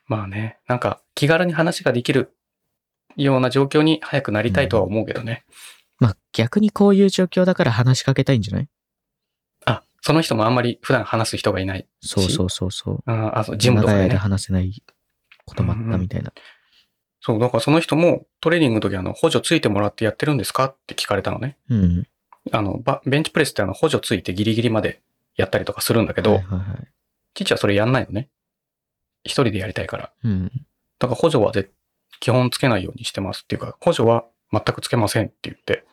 S1: まあね、なんか気軽に話ができるような状況に早くなりたいとは思うけどね。
S2: まあ逆にこういう状況だから話しかけたいんじゃない
S1: あ、その人もあんまり普段話す人がいない。
S2: そうそうそうそう。
S1: ああ、そう、ジムとか
S2: 長い
S1: で
S2: 間
S1: ね。
S2: 話せないこともあったみたいな。
S1: そう、だからその人もトレーニングの時あの、補助ついてもらってやってるんですかって聞かれたのね。
S2: うん。
S1: あの、バベンチプレスってあの、補助ついてギリギリまでやったりとかするんだけど、
S2: はいはいはい。
S1: 父はそれやんないのね。一人でやりたいから。
S2: うん。
S1: だから補助はぜ基本つけないようにしてますっていうか、補助は全くつけませんって言って、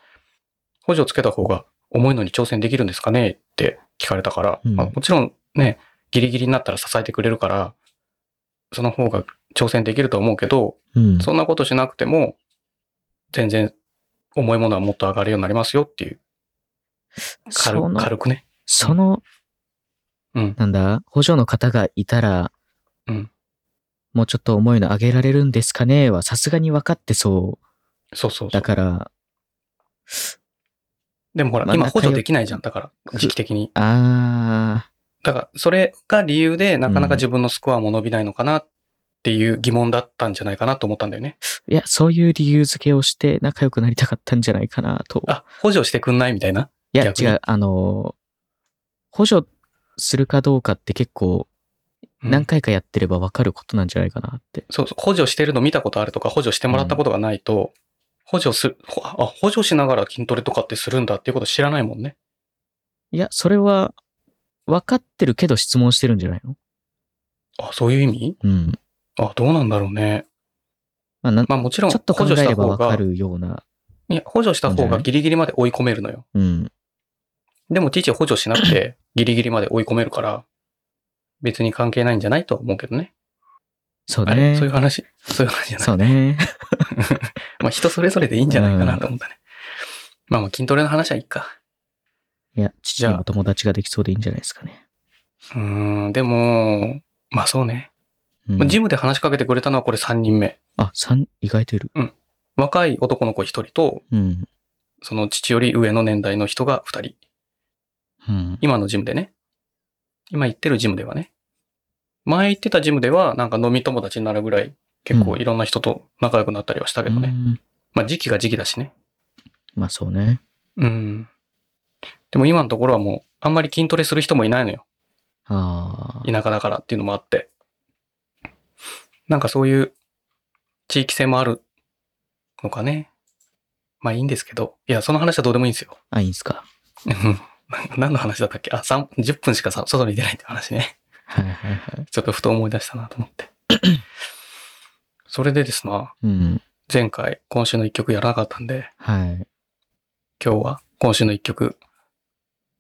S1: 補助つけた方が重いのに挑戦できるんですかねって聞かれたから、
S2: うん
S1: まあもちろんね、ギリギリになったら支えてくれるから、その方が挑戦できると思うけど、
S2: うん。
S1: そんなことしなくても、全然重いものはもっと上がるようになりますよっていう、軽
S2: その
S1: 軽くね。
S2: その、
S1: うん
S2: なんだ、補助の方がいたら、
S1: うん
S2: もうちょっと重いの上げられるんですかねは、さすがに分かってそ
S1: そうそう
S2: う。
S1: そう
S2: だ。から、
S1: でもほら、
S2: まあ
S1: 今補
S2: 仲良
S1: 助
S2: く
S1: できないじゃん、だから、時期的に。
S2: あ
S1: だから、それが理由で、なかなか自分のスコアも伸びないのかなっていう疑問だったんじゃないかなと思ったんだよね。
S2: ー、いや、そういう理由付けをして仲良くなりたかったんじゃないかなと。
S1: あ、補助してくんないみたいな。
S2: いや、
S1: 逆
S2: 違
S1: に
S2: う、あのー、補助するかどうかって結構、
S1: うん
S2: 何回かやってれば分かることなんじゃないかなって。
S1: そうそう、補助してるの見たことあるとか、補助してもらったことがないと、補助する、ほあ、補助しながら筋トレとかってするんだっていうこと知らないもんね。
S2: いや、それは、分かってるけど質問してるんじゃないの
S1: あ、そういう意味
S2: うん。
S1: あ、どうなんだろうね。
S2: まあ、なん
S1: まあもちろん、
S2: ちょっと
S1: 補
S2: 考
S1: 助し
S2: え
S1: た
S2: れば
S1: 方
S2: 分か
S1: が、
S2: るような。
S1: いや、補助した方がギリギリまで追い込めるのよ。
S2: うん。
S1: でも、父補助しなく て、ギリギリまで追い込めるから、別に関係ないんじゃないとは思うけどね。
S2: そう
S1: あれ
S2: ね
S1: そうい。う話そういう話じゃない
S2: そう ね。
S1: まあ人それぞれでいいんじゃないかなと思ったね。まあまあ筋トレの話はいいか。
S2: いや、父にも友達ができそうでいいんじゃないですかね。
S1: うーん、でも、まあそうね。
S2: うん
S1: まあジムで話しかけてくれたのはこれ3人目。
S2: あ、三意外といる。
S1: 若い男の子1人と、
S2: うん。
S1: その父より上の年代の人が2人。
S2: うん。
S1: 今のジムでね。今行ってるジムではね。前行ってたジムではなんか飲み友達になるぐらい結構いろんな人と仲良くなったりはしたけどね。
S2: うん
S1: まあ時期が時期だしね。
S2: まあそうね。
S1: うん。でも今のところはもうあんまり筋トレする人もいないのよ。
S2: ああ。
S1: 田舎だからっていうのもあって、なんかそういう地域性もあるのかね。まあいいんですけど、いや、その話はどうでもいいんですよ。
S2: あ、いいんすか。
S1: うん何の話だったっけあ、三10分しかさ外に出ないって話ね。
S2: はいはいはい。
S1: ちょっとふと思い出したなと思って。それでですな、
S2: うん。
S1: 前回、今週の一曲やらなかったんで、
S2: はい。
S1: 今日は今週の一曲、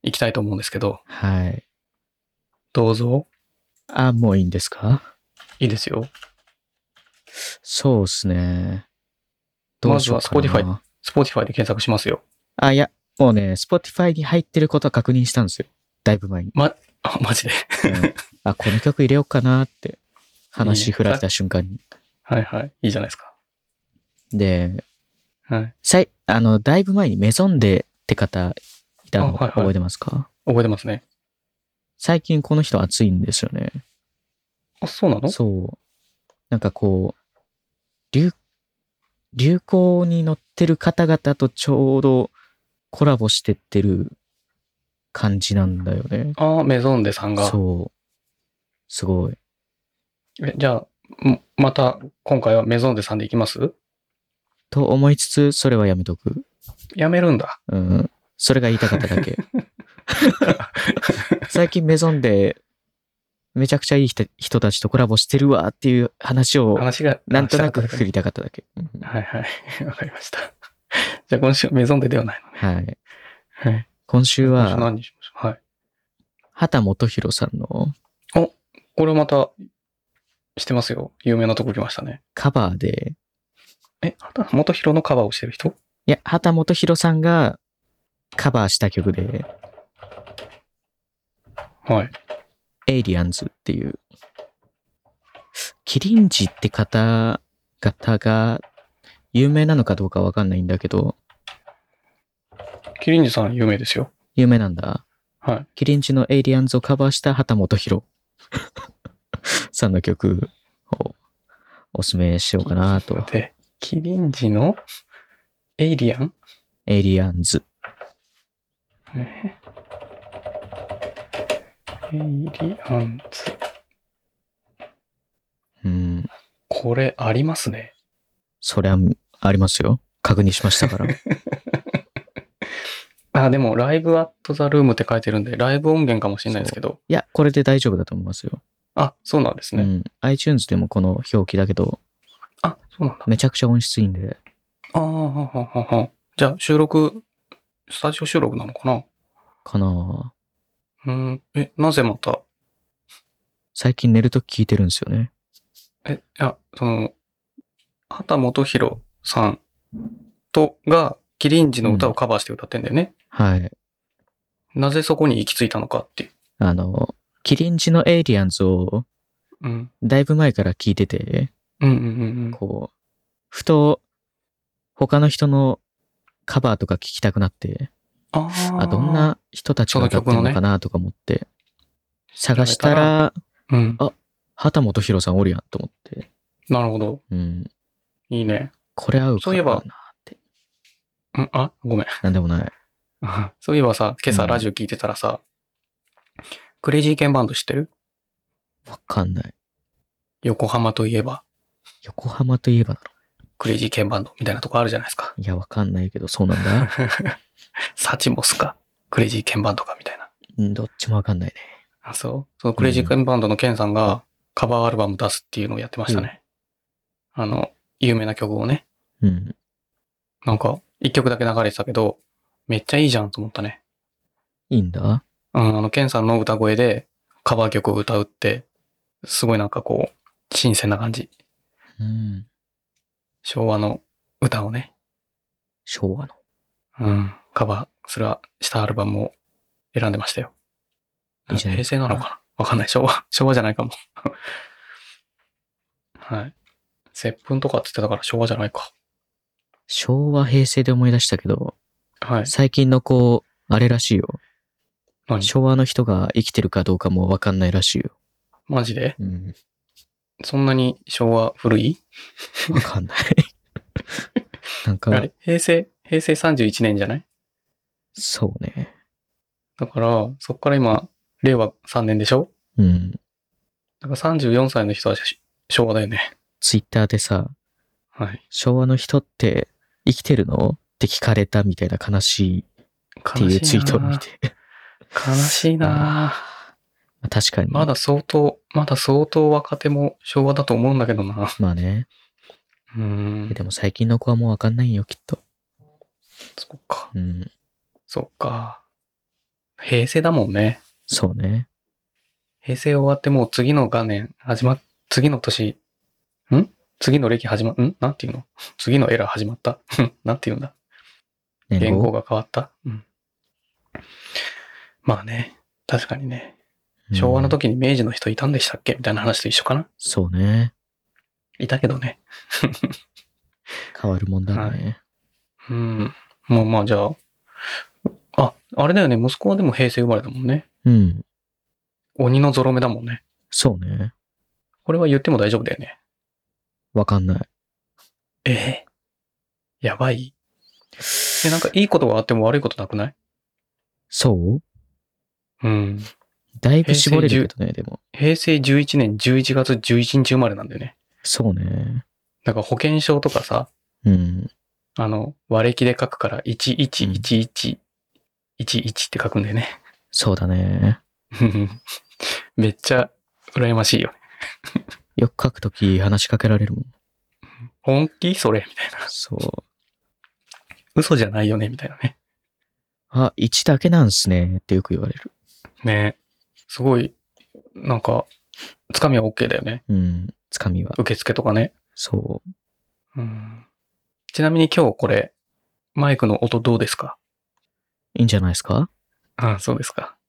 S1: 行きたいと思うんですけど、
S2: はい。
S1: どうぞ。
S2: あ、もういいんですか
S1: いいですよ。
S2: そうっすね。ど
S1: ま
S2: う
S1: ず
S2: し
S1: は
S2: ようかな。
S1: Spotify Spotify で検索しますよ。
S2: あ、いや、もうね、Spotify に入ってることは確認したんですよ。だいぶ前に。
S1: あ、マジで。
S2: うんあ、この曲入れようかなって話振られた瞬間に。
S1: はいはい。いいじゃないですか。
S2: で、
S1: うはい。
S2: さい、あの、だいぶ前にメゾンデって方いたの
S1: あはいはい
S2: 覚えてますか、
S1: 覚えてますね。
S2: 最近この人熱いんですよね。
S1: あ、そうなの
S2: そう。なんかこう、流、流行に乗ってる方々とちょうどコラボしてってる感じなんだよね。
S1: ああ、メゾンデさんが。
S2: そう。すごい。
S1: えじゃあ、んまた今回はメゾンデさんで行きます
S2: と思いつつ、それはやめとく。
S1: やめるんだ。
S2: うん。それが言いたかっただけ。最近メゾンで、めちゃくちゃいい人人たちとコラボしてるわっていう話を、
S1: 話が。
S2: なんとなく
S1: 話したか
S2: 振
S1: っ
S2: りたかっただけ。うん
S1: たはいはい。 わかりました。じゃあ今週はメゾンデではないのね。
S2: はい。
S1: はい。
S2: 今週
S1: 今週
S2: は、
S1: 何にしましょう。はい。
S2: 畑元博さんの
S1: これまた、してますよ。有名なとこ来ましたね。
S2: カバーで、
S1: え、畑元博のカバーをしてる人
S2: いや、畑元博さんがカバーした曲で、
S1: はい。
S2: エイリアンズっていう、キリンジって方々が有名なのかどうかわかんないんだけど、
S1: キリンジさん有名ですよ。
S2: 有名なんだ。
S1: はい。
S2: キリンジのエイリアンズをカバーした畑本博 さんの曲をおすすめしようかなと。
S1: で、キリンジのエイリアン
S2: エイリアンズ。
S1: えエイリアンズ。
S2: うん。
S1: これありますね。
S2: そりゃ、ありますよ。確認しましたから。
S1: あ、でも、ライブアットザルームって書いてるんで、ライブ音源かもしれないですけど。
S2: いや、これで大丈夫だと思いますよ。
S1: あ、そうなんです
S2: う
S1: ね。
S2: ん。iTunes でもこの表記だけど、
S1: あ、そうなんだ。
S2: めちゃくちゃ音質いいんで、
S1: あーはははは。じゃあ、収録、スタジオ収録なのかな
S2: かなぁ
S1: うん。え、なぜまた、
S2: 最近寝るとき聞いてるんですよね。
S1: え、いや、その、畑元博さんと、が、キリンジの歌をカバーして歌ってんだよね。
S2: はい。
S1: なぜそこに行き着いたのかっていう。
S2: あの、キリンジのエイリアンズを
S1: うん。
S2: だいぶ前から聞いてて、
S1: うんうんうん
S2: こう、ふと他の人のカバーとか聞きたくなって、
S1: うん。あ
S2: あ、どんな人たちが歌ってるのかなとか思って、探したら、
S1: ー。うん。
S2: 畑本博さんおるやんと思って、
S1: なるほど。
S2: うん、
S1: いいね。
S2: これ合うか
S1: そういえ
S2: な
S1: ば
S2: って。
S1: うん、あ、ごめん。
S2: なんでもない。
S1: そういえばさ、今
S2: う
S1: 朝
S2: ん
S1: ラジオ聞いてたらさ、クレイジーケンバンド知ってる
S2: わかんない。
S1: 横浜といえば、
S2: 横浜といえばなの
S1: クレイジーケンバンドみたいなとこあるじゃないですか。
S2: いや、わかんないけど、そうなんだ。
S1: サチモスか、クレイジーケンバンドかみたいな。
S2: うんどっちもわかんないね。
S1: あそうそのクレイジーケンバンドのケンさんがカバーアルバム出すっていうのをやってましたね。あの、有名な曲をね、
S2: うん。
S1: なんか一曲だけ流れてたけど、めっちゃいいじゃんと思ったね。
S2: いいんだ。
S1: うん、あの、ケンさんの歌声でカバー曲を歌うって、すごいなんかこう、新鮮な感じ。
S2: うん。
S1: 昭和の歌をね、
S2: 昭和の。
S1: うん、カバーするしたアルバムを選んでましたよ。
S2: いいじゃない
S1: 平成なのかなわかんない。昭和、 昭和じゃないかも。はい。接吻とかって言ってたから昭和じゃないか。
S2: 昭和、平成で思い出したけど、
S1: はい。
S2: 最近の子、あれらしいよ。
S1: 何
S2: 昭和の人が生きてるかどうかもわかんないらしいよ。
S1: マジで
S2: うん。
S1: そんなに昭和古い
S2: わかんない。 なん
S1: あ
S2: か
S1: れ、平成、平成31年じゃない
S2: そうね。
S1: だから、そっから今、令和3年でしょ
S2: うん。
S1: だから34歳の人はし昭和だよね。
S2: ツイッターでさ、
S1: はい。
S2: 昭和の人って生きてるのって聞かれたみたいな悲しいっ
S1: 悲しい
S2: てい
S1: な
S2: うツイートを見て。
S1: 悲しいなぁ
S2: まあ 確かに。
S1: まだ相当、まだ相当若手も昭和だと思うんだけどな。
S2: まあね。
S1: うーん
S2: で。も最近の子はもうわかんないよ、きっと。
S1: そっか。
S2: うん。
S1: そっか。平成だもんね。
S2: そうね。
S1: 平成終わってもう次の画面始まっ、次の年、ん次の歴始ま、んなんていうの次のエラー始まった。 んなんていうんだ
S2: 年
S1: 言語
S2: 号。
S1: が変わった。うん。まあね。確かにね。
S2: うん
S1: 昭和の。時に明治の人いたんでしたっけみたいな話と一緒かな
S2: そうね。
S1: いたけどね。
S2: 変わるもんだね。
S1: はうん。まあまあ、じゃあ。あ、あれだよね。息子はでも平成生まれだもんね。
S2: うん。
S1: 鬼のゾロ目だもんね。
S2: そうね。
S1: これは言っても大丈夫だよね。
S2: わかんない。
S1: ええやばい。え、なんかいいことがあっても悪いことなくない
S2: そう
S1: うん。
S2: だいぶ絞れ
S1: 平
S2: る
S1: 成
S2: けどね、でも。
S1: 平成11年11月11日生まれなんだよね。
S2: そうね。
S1: だから保険証とかさ、
S2: うん。
S1: あの、割れ木で書くから111111って書くんだよ ね。
S2: そうだね。
S1: めっちゃ羨ましいよね。
S2: よく書くとき話しかけら れるもん。
S1: 本気それみたいな。
S2: そう。
S1: 嘘じゃないよねみたいなね。
S2: あ、1だけなんすね。ってよく言われる。
S1: ねすごい、なんか、つかみは OK だよね。
S2: うん。つかみは。
S1: 受付とかね。
S2: そう。
S1: うんちなみに今日これ、マイクの音どうですか
S2: いいんじゃないですか
S1: あそうですか。っ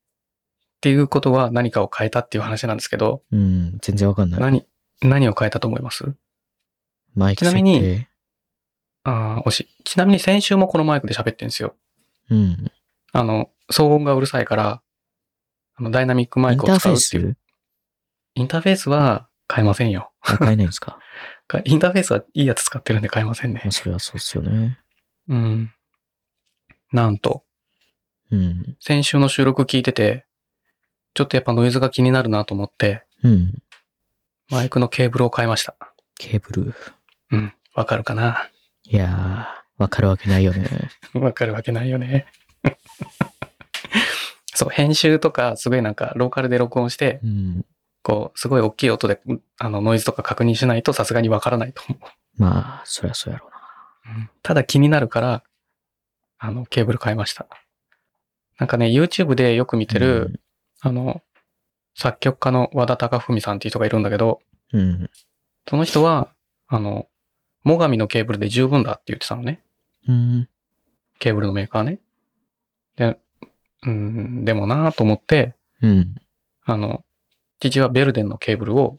S1: ていうことは何かを変えたっていう話なんですけど、
S2: うん。全然わかんない。
S1: 何、何を変えたと思います
S2: マイク
S1: ちな
S2: 設
S1: みに
S2: 定。
S1: ああ、惜しい。ちなみに先週もこのマイクで喋ってるんですよ。
S2: うん。
S1: あの、騒音がうるさいから、あの、ダイナミックマ
S2: イ
S1: イ
S2: ン
S1: ク
S2: タ
S1: を
S2: ーフ
S1: 使
S2: ェ
S1: うってい
S2: ー
S1: う。
S2: ス
S1: インターフェースは変えませんよ。
S2: あ変えないんですか
S1: かインターフェースはいいやつ使ってるんで変えませんね
S2: まあ、。それはそうですよね。
S1: うん。なんと、
S2: うん。
S1: 先週の収録聞いてて、ちょっとやっぱノイズが気になるなと思って、
S2: うん。
S1: マイクのケーブルを変えました。
S2: ケーブル。
S1: うん。わかるかない
S2: やー、わかるわけないよね。
S1: わかるわけないよね。 そう、編集とか、すごいなんか、ローカルで録音して、
S2: うん。
S1: こう、すごい大きい音で、うんあの、ノイズとか確認しないとさすがにわからないと思う。
S2: まあ、そりゃそうやろうな。
S1: ただ気になるから、あの、ケーブル変えました。なんかね、YouTube でよく見てる、あの、作曲家の和田隆文さんっていう人がいるんだけど、
S2: うん。うん。
S1: その人は、あの、最上のケーブルで十分だって言ってたのね。
S2: うん。
S1: ケーブルのメーカーね。で、うん、でもなぁと思って、
S2: うん。
S1: あの、父はベルデンのケーブルを、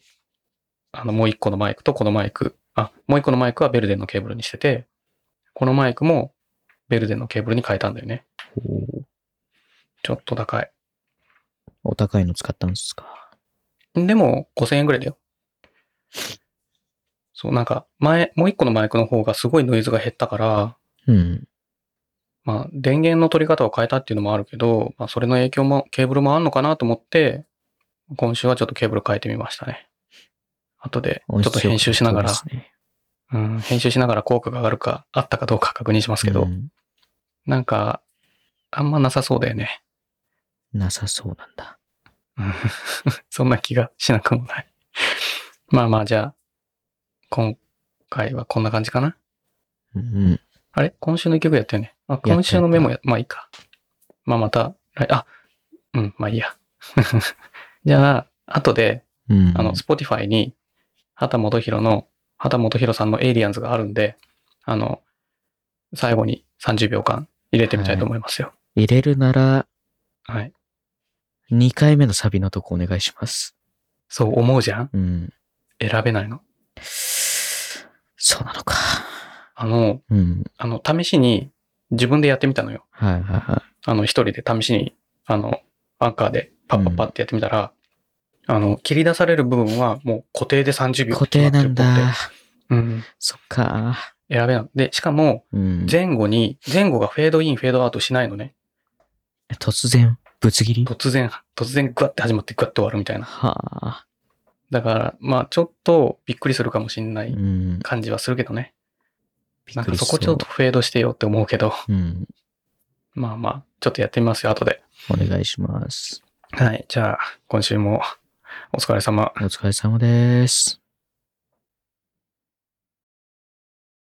S1: あの、もう一個のマイクとこのマイク、あ、もう一個のマイクはベルデンのケーブルにしてて、このマイクもベルデンのケーブルに変えたんだよね。
S2: おー
S1: ちょっと高い。
S2: お高いの使ったんですか。
S1: でも、5000円ぐらいだよ。そう、なんか、前、もう一個のマイクの方がすごいノイズが減ったから、
S2: うん。
S1: まあ、電源の取り方を変えたっていうのもあるけど、まあ、それの影響も、ケーブルもあんのかなと思って、今週はちょっとケーブル変えてみましたね。後で、ちょっと編集しながら、
S2: そうですね
S1: うん、編集しながら効果が上がるか、あったかどうか確認しますけど、
S2: うん
S1: なんか、あんまなさそうだよね。
S2: なさそうなんだ。
S1: うんそんな気がしなくもない。 まあまあ、じゃあ、今回はこんな感じかな。
S2: うん。
S1: あれ今週の一曲やったよね。あ、
S2: た
S1: 今週のメモや、まあいいか。まあまた、来あ、うん、まあいいや。 じゃあ、後で、
S2: うん。
S1: あの、Spotify に、畑元博の、畑元博さんのエイリアンズがあるんで、あの、最後に30秒間入れてみたいと思いますよ。
S2: 入れるなら、
S1: はい。
S2: 2回目のサビのとこお願いします。
S1: そう思うじゃん
S2: うん。
S1: 選べないの。
S2: そうなのか。
S1: あの、
S2: うん。
S1: あの、試しに自分でやってみたのよ。
S2: はいはいは
S1: あの、一人で試しに、あの、アンカーでパッパッパってやってみたら、あの、切り出される部分はもう固定で30
S2: い。
S1: 秒
S2: 固定なん
S1: 決まってる固
S2: だ。
S1: 定うん。
S2: そっか。
S1: 選べない。で、しかも、
S2: うん。
S1: 前後に、前後がフェードイン、フェードアウトしないのね。
S2: 突然、ぶつ切り
S1: 突然、突然グワッて始まってグワッて終わるみたいな。
S2: はあ。
S1: だから、まあ、ちょっとびっくりするかもしんな
S2: う
S1: い
S2: ん。
S1: 感じはするけどね。
S2: び
S1: なん
S2: っく
S1: か
S2: り
S1: そこちょっとフェードしてよって思うけど、
S2: そう。うん。
S1: まあまあ、ちょっとやってみますよ、後で。
S2: お願いします。
S1: はい。じゃあ、今週もお疲れ様。
S2: お疲れ様です。